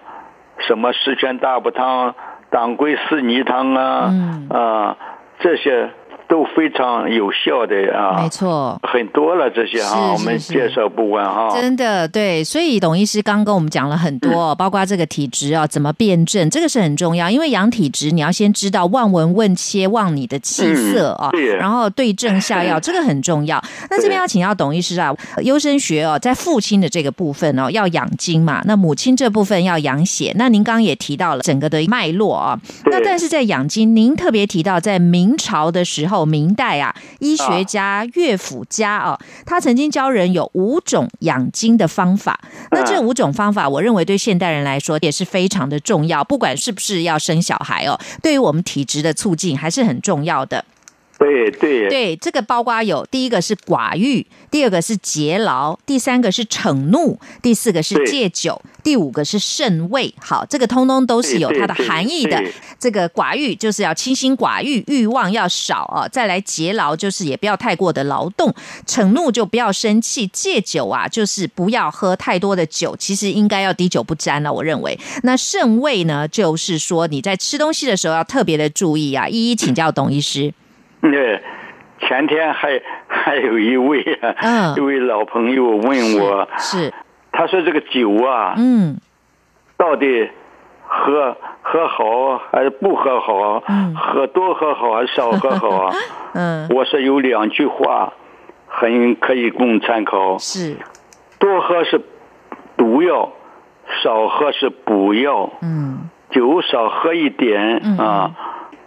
什么十全大补汤、当归四逆汤啊，
嗯
啊，这些都非常有效的
嗯，
啊
没，错。
很多了这些啊，
是
我们
是
介绍不完啊。
真的对，所以董医师刚刚跟我们讲了很多，
嗯
包括这个体质啊，怎么辨证，这个是很重要。因为养体质，你要先知道望闻问切，望你的气色啊，
嗯对
然后对症下 药，这个很重要。那这边要请教董医师啊，优生学哦，在父亲的这个部分哦，要养精嘛，那母亲这部分要养血。那您刚刚也提到了整个的脉络啊，
对
那但是在养精，您特别提到在明朝的时候，明代啊，医学家、乐府家啊，他曾经教人有五种养精的方法。那这五种方法，我认为对现代人来说也是非常的重要，不管是不是要生小孩哦，对于我们体质的促进还是很重要的。
对对
对，这个包括有第一个是寡欲，第二个是劫劳，第三个是逞怒，第四个是
对
戒酒，第五个是慎畏。好，这个通通都是有它的
对对对
含义的
对。
这个寡欲就是要清心寡欲，欲望要少啊，再来劫劳就是也不要太过的劳动，逞怒就不要生气，戒酒啊就是不要喝太多的酒，其实应该要滴酒不沾了、我认为。那慎畏呢，就是说你在吃东西的时候要特别的注意啊，一一请教董医师。
那前天还 还有一位、
嗯
一位老朋友问我，
是，是
他说这个酒啊，
嗯。
到底喝喝好还是不喝好？啊
嗯
喝多喝好还是少喝好啊？
嗯，
我说有两句话很可以供参考：
是，
多喝是毒药，少喝是补药。
嗯
酒少喝一点
嗯
啊，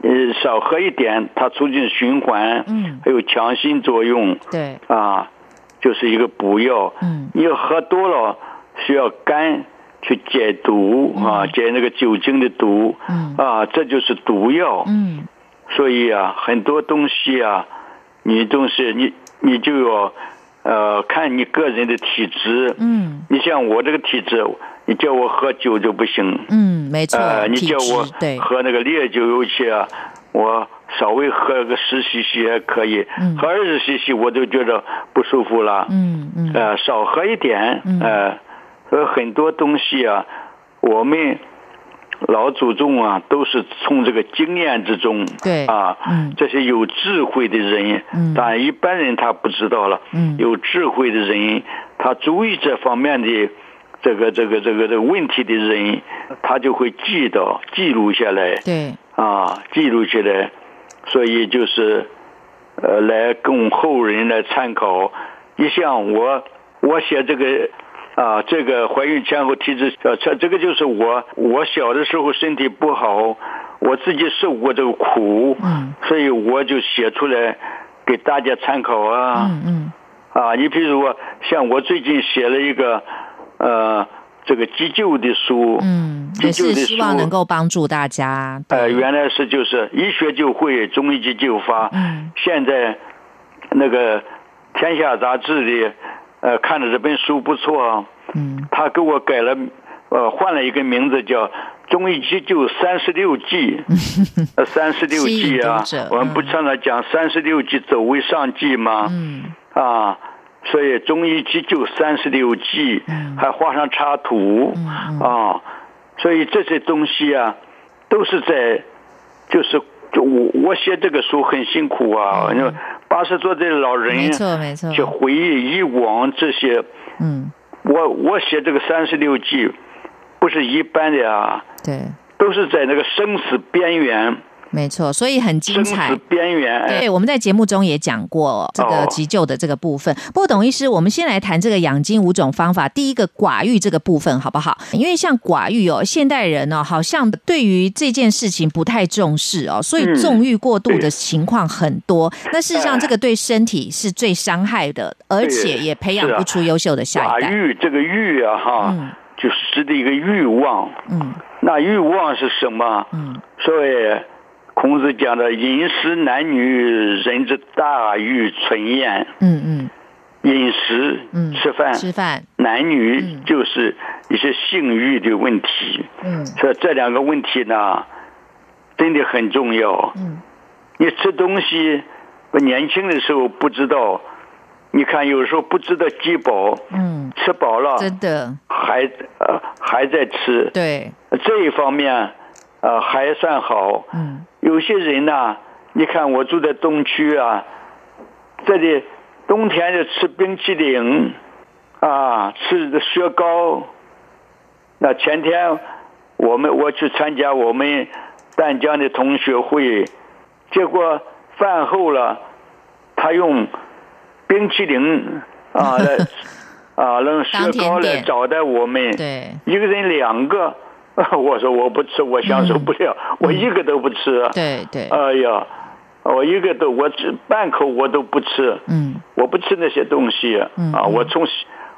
呃，少喝一点，它促进循环，
嗯，
还有强心作用
对，
啊，就是一个补药。
嗯
你要喝多了，需要肝去解毒啊，解那个酒精的毒
嗯
啊，这就是毒药。
嗯
所以啊，很多东西啊，你都是你你就要呃看你个人的体质。
嗯
你像我这个体质，你叫我喝酒就不行。
嗯，没错，
呃，你
体
叫我
质对，
喝那个烈酒，尤其啊，我稍微喝个十 cc 还可以，
嗯
喝二十 cc 我都觉得不舒服了。
嗯嗯
呃，少喝一点，
嗯
呃，呃，很多东西啊，我们老祖宗啊，都是从这个经验之中，
对
啊，
嗯
这些有智慧的人，
嗯
当然一般人他不知道了，
嗯
有智慧的人，他注意这方面的。这个这个这个这个问题的人，他就会记到记录下来，
对，
啊，记录起来，所以就是，呃，来供后人来参考。你像我，我写这个啊，这个怀孕前后体质，呃这这个就是我我小的时候身体不好，我自己受过这个苦，
嗯
所以我就写出来给大家参考啊。
嗯嗯
啊，你比如说，像我最近写了一个，呃，这个急救的书，
嗯，也
急救
是
的书，
希望能够帮助大家。
呃，
对
原来是就是医学就会，中医急救法。
嗯
现在那个《天下》杂志里，呃，看了这本书不错，啊
嗯
他给我改了，呃，换了一个名字叫《中医急救三十 六计，呃三十六
吸引
计
读
啊
者，
我们不
嗯
常常讲三十六计走为上计吗？
嗯，
啊，所以中医急救三十六计，
嗯
还画上插图、啊，所以这些东西啊，都是在，就是就我我写这个书很辛苦啊，因为八十多岁老
嗯没
人
错没错，
去回忆以往这些，
嗯，
我我写这个三十六计，不是一般的啊，
对，
都是在那个生死边缘，
没错，所以很
生
精彩
死。边缘，哎
对，我们在节目中也讲过这个
哦
急救的这个部分。不过，董医师，我们先来谈这个养精五种方法。第一个寡欲这个部分好不好？因为像寡欲哦，现代人哦，好像对于这件事情不太重视哦，所以
嗯
纵欲过度的情况很多。那事实上，这个对身体是最伤害的，而且也培养
哎是啊
不出优秀的下
寡
一代。
欲这个欲啊哈，
嗯
就是指的一个欲望。
嗯
那欲望是什么？
嗯，
所谓孔子讲的“饮食男女，人之大欲存焉
嗯嗯”。
饮食，
嗯，
吃饭，
吃饭，
男女就是一些性欲的问题。
嗯
所以这两个问题呢，真的很重要。
嗯
你吃东西，我年轻的时候不知道，你看有时候不知道饥饱，
嗯，
吃饱了
真的，
还呃还在吃，
对，
这一方面呃还算好。
嗯
有些人呢、你看我住在东区啊，这里冬天就吃冰淇淋啊，吃雪糕。那前天我们我去参加我们淡江的同学会，结果饭后了，他用冰淇淋啊来 啊用
当
雪糕
甜
来
点
招待我们。
对。
一个人两个， 我说我不吃，我享受不了，我一个都不吃。
对嗯对，
哎呀，我一个都我只半口我都不吃，
嗯
我不吃那些东西、
嗯
啊！我从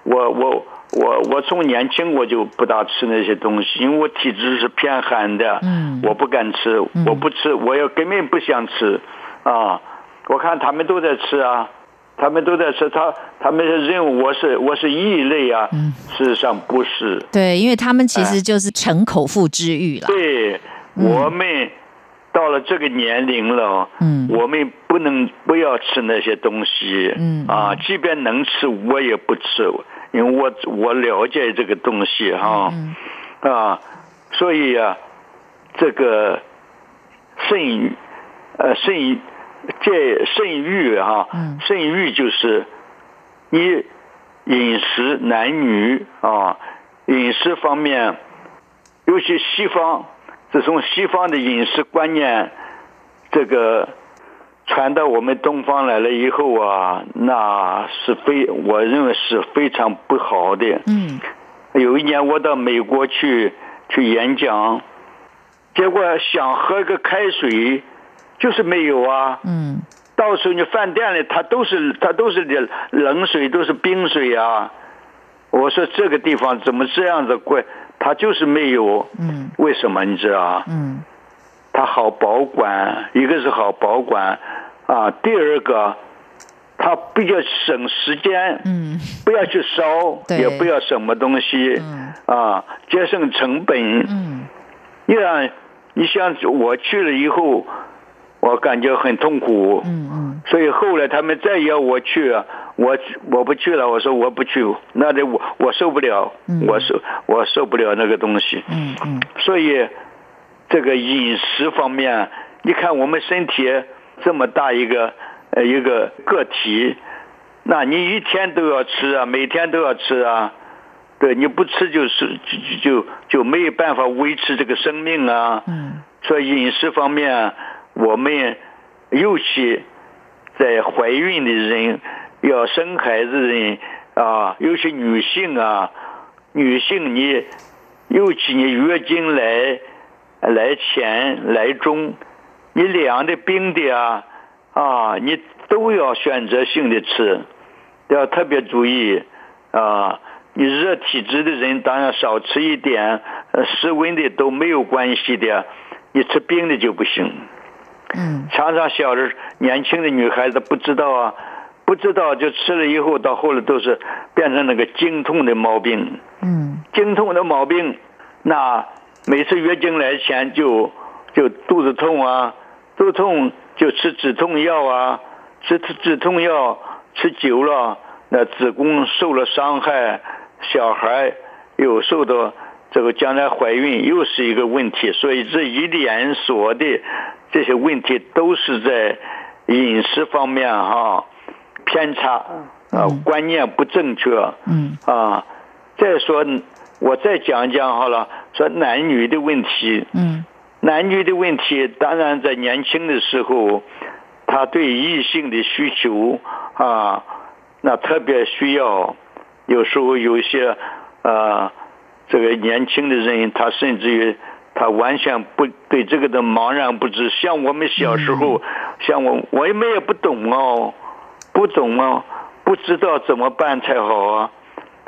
我我我我从年轻我就不大吃那些东西，因为我体质是偏寒的，
嗯
我不敢吃，我不吃，我也根本不想吃啊！我看他们都在吃啊。他们都在吃，他他们是认为我是我是异类啊，
嗯
事实上不是。
对，因为他们其实就是逞口腹之欲啦。
对，我们到了这个年龄了，
嗯
我们不能不要吃那些东西，
嗯
啊，即便能吃，我也不吃，因为我我了解这个东西哈、
嗯
啊，所以啊，这个肾呃肾这肾欲哈、
嗯
肾欲就是你饮食男女啊，饮食方面，尤其西方，自从西方的饮食观念这个传到我们东方来了以后啊，那是非我认为是非常不好的。
嗯
有一年我到美国去去演讲，结果想喝个开水，就是没有啊。
嗯
到时候你饭店里，它都是它都是冷冷水，都是冰水啊。我说这个地方怎么这样子贵？它就是没有，
嗯
为什么你知道啊？
嗯
它好保管，一个是好保管，啊，第二个，它比较省时间，
嗯
不要去烧，
对
也不要什么东西，
嗯
啊，节省成本。
嗯
你想，你想我去了以后，我感觉很痛苦，
嗯
所以后来他们再要我去，啊我我不去了，我说我不去，那得我我受不了，
嗯
我受我受不了那个东西。
嗯嗯
所以这个饮食方面，啊你看我们身体这么大一个呃一个个体，那你一天都要吃啊，每天都要吃啊，对，你不吃就是就就就就没有办法维持这个生命啊。
嗯
所以饮食方面，我们尤其在怀孕的人、要生孩子的人啊，尤其女性啊，女性你尤其你月经来来前来中，你凉的冰的啊啊，你都要选择性的吃，要特别注意啊。你热体质的人当然少吃一点，呃，室温的都没有关系的，你吃冰的就不行。
嗯
常常小的年轻的女孩子不知道啊，不知道就吃了以后，到后来都是变成那个经痛的毛病。
嗯
经痛的毛病，那每次月经来前就就肚子痛啊，肚子痛就吃止痛药啊，吃吃止痛药吃久了，那子宫受了伤害，小孩又受到这个将来怀孕又是一个问题，所以这一连锁的这些问题都是在饮食方面哈、偏差啊
嗯
观念不正确，
嗯
啊，再说我再讲一讲好了，说男女的问题，
嗯
男女的问题，当然在年轻的时候，他对异性的需求啊，那特别需要，有时候有一些呃，这个年轻的人，他甚至于他完全不对这个的茫然不知。像我们小时候，像我我们也不懂哦，不懂哦，不知道怎么办才好啊。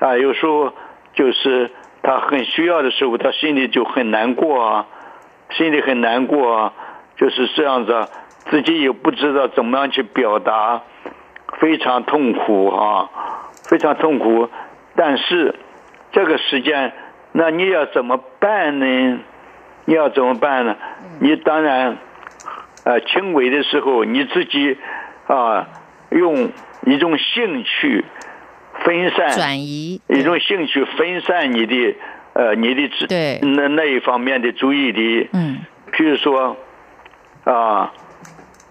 啊，有时候就是他很需要的时候，他心里就很难过啊，心里很难过啊，就是这样子啊，自己也不知道怎么样去表达，非常痛苦啊，非常痛苦。但是这个时间，那你要怎么办呢？你要怎么办呢？你当然，呃，轻微的时候你自己啊、用一种兴趣分散
转移
一种兴趣分散你的呃你的注
对
那那一方面的注意力，
嗯
譬如说啊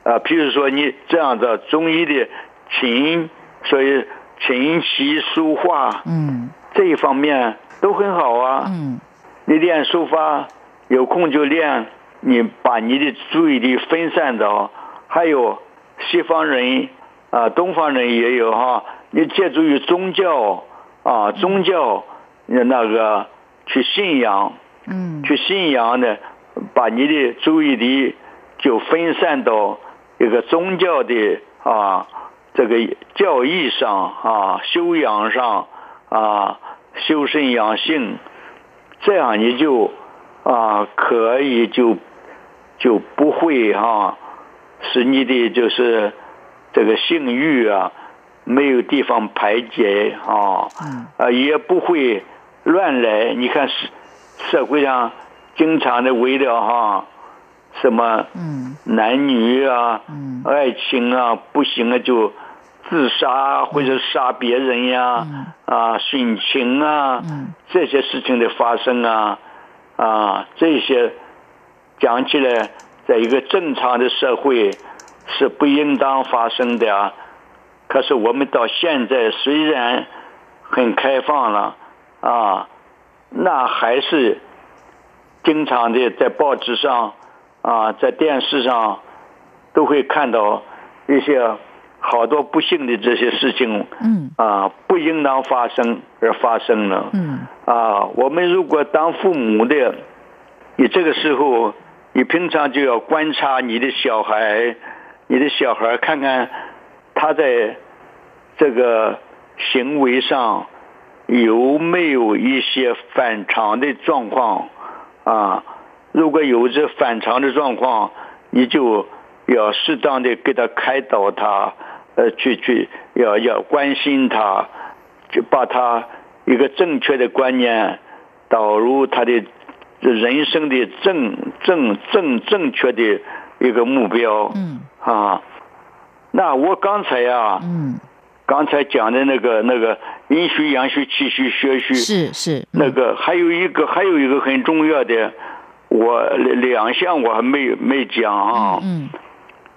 啊，譬如说你这样的中医的琴，所以琴棋书画
嗯
这一方面都很好啊。
嗯
你练书法，有空就练，你把你的注意力分散到，还有西方人啊、东方人也有哈，你借助于宗教啊，宗教呃那个去信仰，
嗯
去信仰呢，把你的注意力就分散到一个宗教的啊这个教义上啊修养上啊修身养性，这样你就啊可以就就不会哈、使你的就是这个性欲啊没有地方排解啊，
嗯
呃也不会乱来。你看社社会上经常的围绕哈、什么
嗯
男女啊、
嗯
爱情啊不行啊就自杀或者杀别人呀、啊、殉情啊、
嗯
这些事情的发生啊啊这些讲起来，在一个正常的社会是不应当发生的啊。可是我们到现在虽然很开放了啊，那还是经常的在报纸上啊，在电视上都会看到一些好多不幸的这些事情
嗯
啊，不应当发生而发生了。
嗯
啊，我们如果当父母的，你这个时候，你平常就要观察你的小孩，你的小孩看看他在这个行为上有没有一些反常的状况啊？如果有这反常的状况，你就要适当的给他开导他，呃，去去要要关心他，就把他一个正确的观念导入他的人生的正正正正确的一个目标。
嗯
啊，那我刚才啊呀、
嗯
刚才讲的那个那个阴虚、阳虚、气虚、血虚，
是是
那个还有一个还有一个很重要的，我两两项我还没没讲啊，
嗯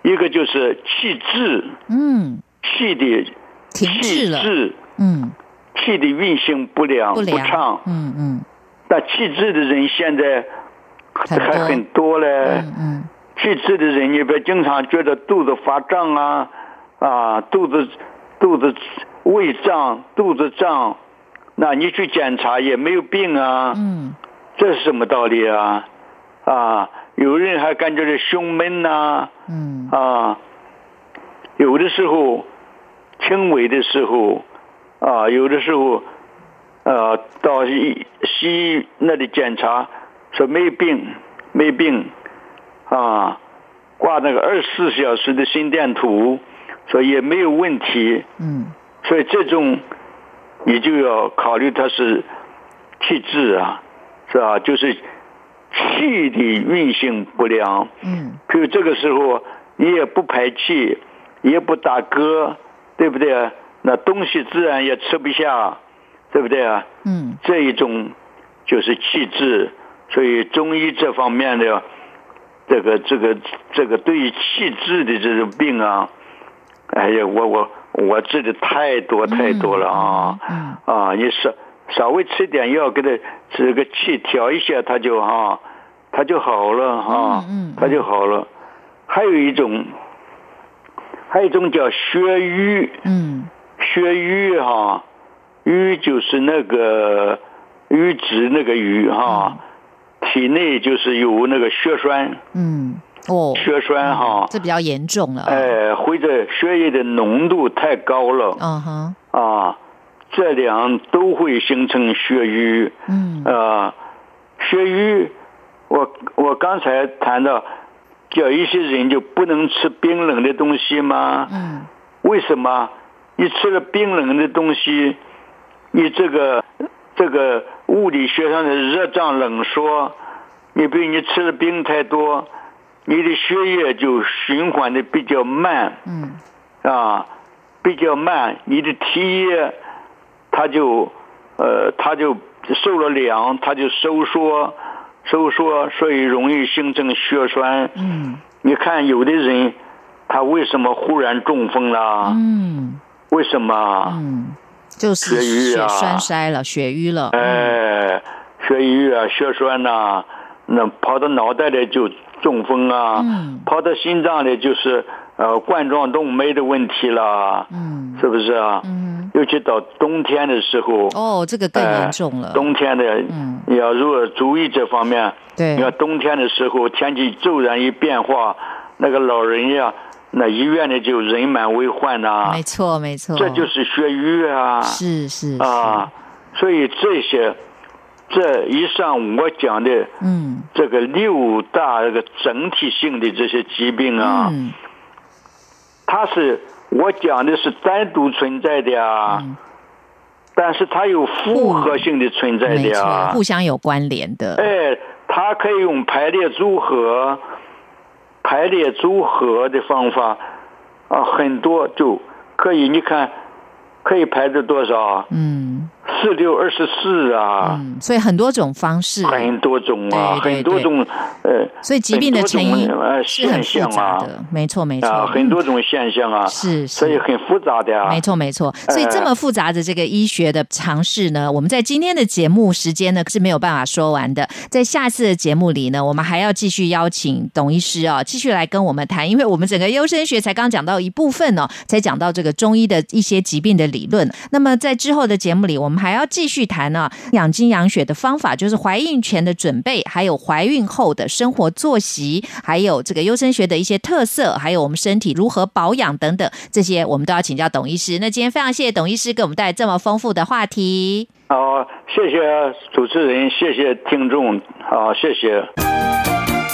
一个就是气滞，
嗯
气的
停滞了
气滞，
嗯
气的运行不良
不良
畅，
嗯嗯
那气滞的人现在
很多
还很多嘞。
嗯嗯
气滞的人，你别经常觉得肚子发胀啊，啊，肚子肚子胃胀、肚子胀，那你去检查也没有病啊，
嗯
这是什么道理啊？啊，有人还感觉是胸闷呐、
嗯
啊，有的时候轻微的时候，啊，有的时候，呃，到西西医那里检查说没病，没病，啊，挂那个二十四小时的心电图，说也没有问题，
嗯
所以这种你就要考虑它是气滞啊，是吧？就是气的运行不良。
嗯
比如这个时候你也不排气，也不打嗝，对不对？那东西自然也吃不下，对不对啊？
嗯
这一种就是气滞，所以中医这方面的这个这个这个对于气滞的这种病啊，哎呀，我我我治的太多太多了啊、
嗯
啊！你稍稍微吃点药，给他这个气调一下，他就哈、他就好了哈、
嗯嗯
他就好了。还有一种，还有一种叫血瘀。
嗯
血瘀哈，瘀就是那个瘀滞那个瘀哈，体内就是有那个血栓，
嗯，哦，
血栓哈，
这比较严重了啊。
哎，或者血液的浓度太高了
嗯哼，
啊，这两都会形成血瘀。
嗯
啊，血瘀，我我刚才谈到，叫一些人就不能吃冰冷的东西吗？
嗯
为什么？你吃了冰冷的东西，你这个这个物理学上的热胀冷缩，你比如你吃的冰太多，你的血液就循环的比较慢
嗯
啊，比较慢，你的体液它就呃它就受了凉，它就收缩收缩，所以容易形成血栓。
嗯
你看有的人他为什么忽然中风了？
嗯
为什么？
嗯，就是
血瘀
血
啊
栓塞了，血瘀了。
哎，血瘀啊，血栓呐、那跑到脑袋里就中风啊，
嗯
跑到心脏里就是呃冠状动脉的问题了，
嗯
是不是啊？
嗯，
尤其到冬天的时候，
哦，这个更
哎
严重了。
冬天的，
嗯
你要如果注意这方面，
对
你看冬天的时候天气骤然一变化，那个老人呀，那医院里就人满为患呐、
没错没错，
这就是血瘀啊。
是是
啊，所以这些这以上我讲的
是嗯
这个六大这个整体性的这些疾病啊，
嗯
它是我讲的是单独存在的啊，
嗯
但是它有复合性的存在
没
的
错，
啊，
互相有关联的。
哎，它可以用排列组合、排列组合的方法啊，很多就可以，你看可以排到多少啊？
嗯
四六二十四啊。
嗯，所以很多种方式，
很多种啊，
对对
很多种呃
所以疾病的成因
很多种呃
是很复
现象
杂
啊
的。没错没错，
啊，很多种现象啊，
是
所以
是。
很复杂的啊。
没错，没错。所以这么复杂的这个医学的尝试呢，我们在今天的节目时间呢是没有办法说完的。在下次的节目里呢，我们还要继续邀请董医师哦，继续来跟我们谈，因为我们整个优生学才刚讲到一部分哦，才讲到这个中医的一些疾病的理论。那么在之后的节目里，我们还要继续谈呢、养精养血的方法，就是怀孕前的准备，还有怀孕后的生活作息，还有这个优生学的一些特色，还有我们身体如何保养等等，这些我们都要请教董医师。那今天非常谢谢董医师给我们带来这么丰富的话题。
啊，谢谢主持人，谢谢听众，啊，谢谢。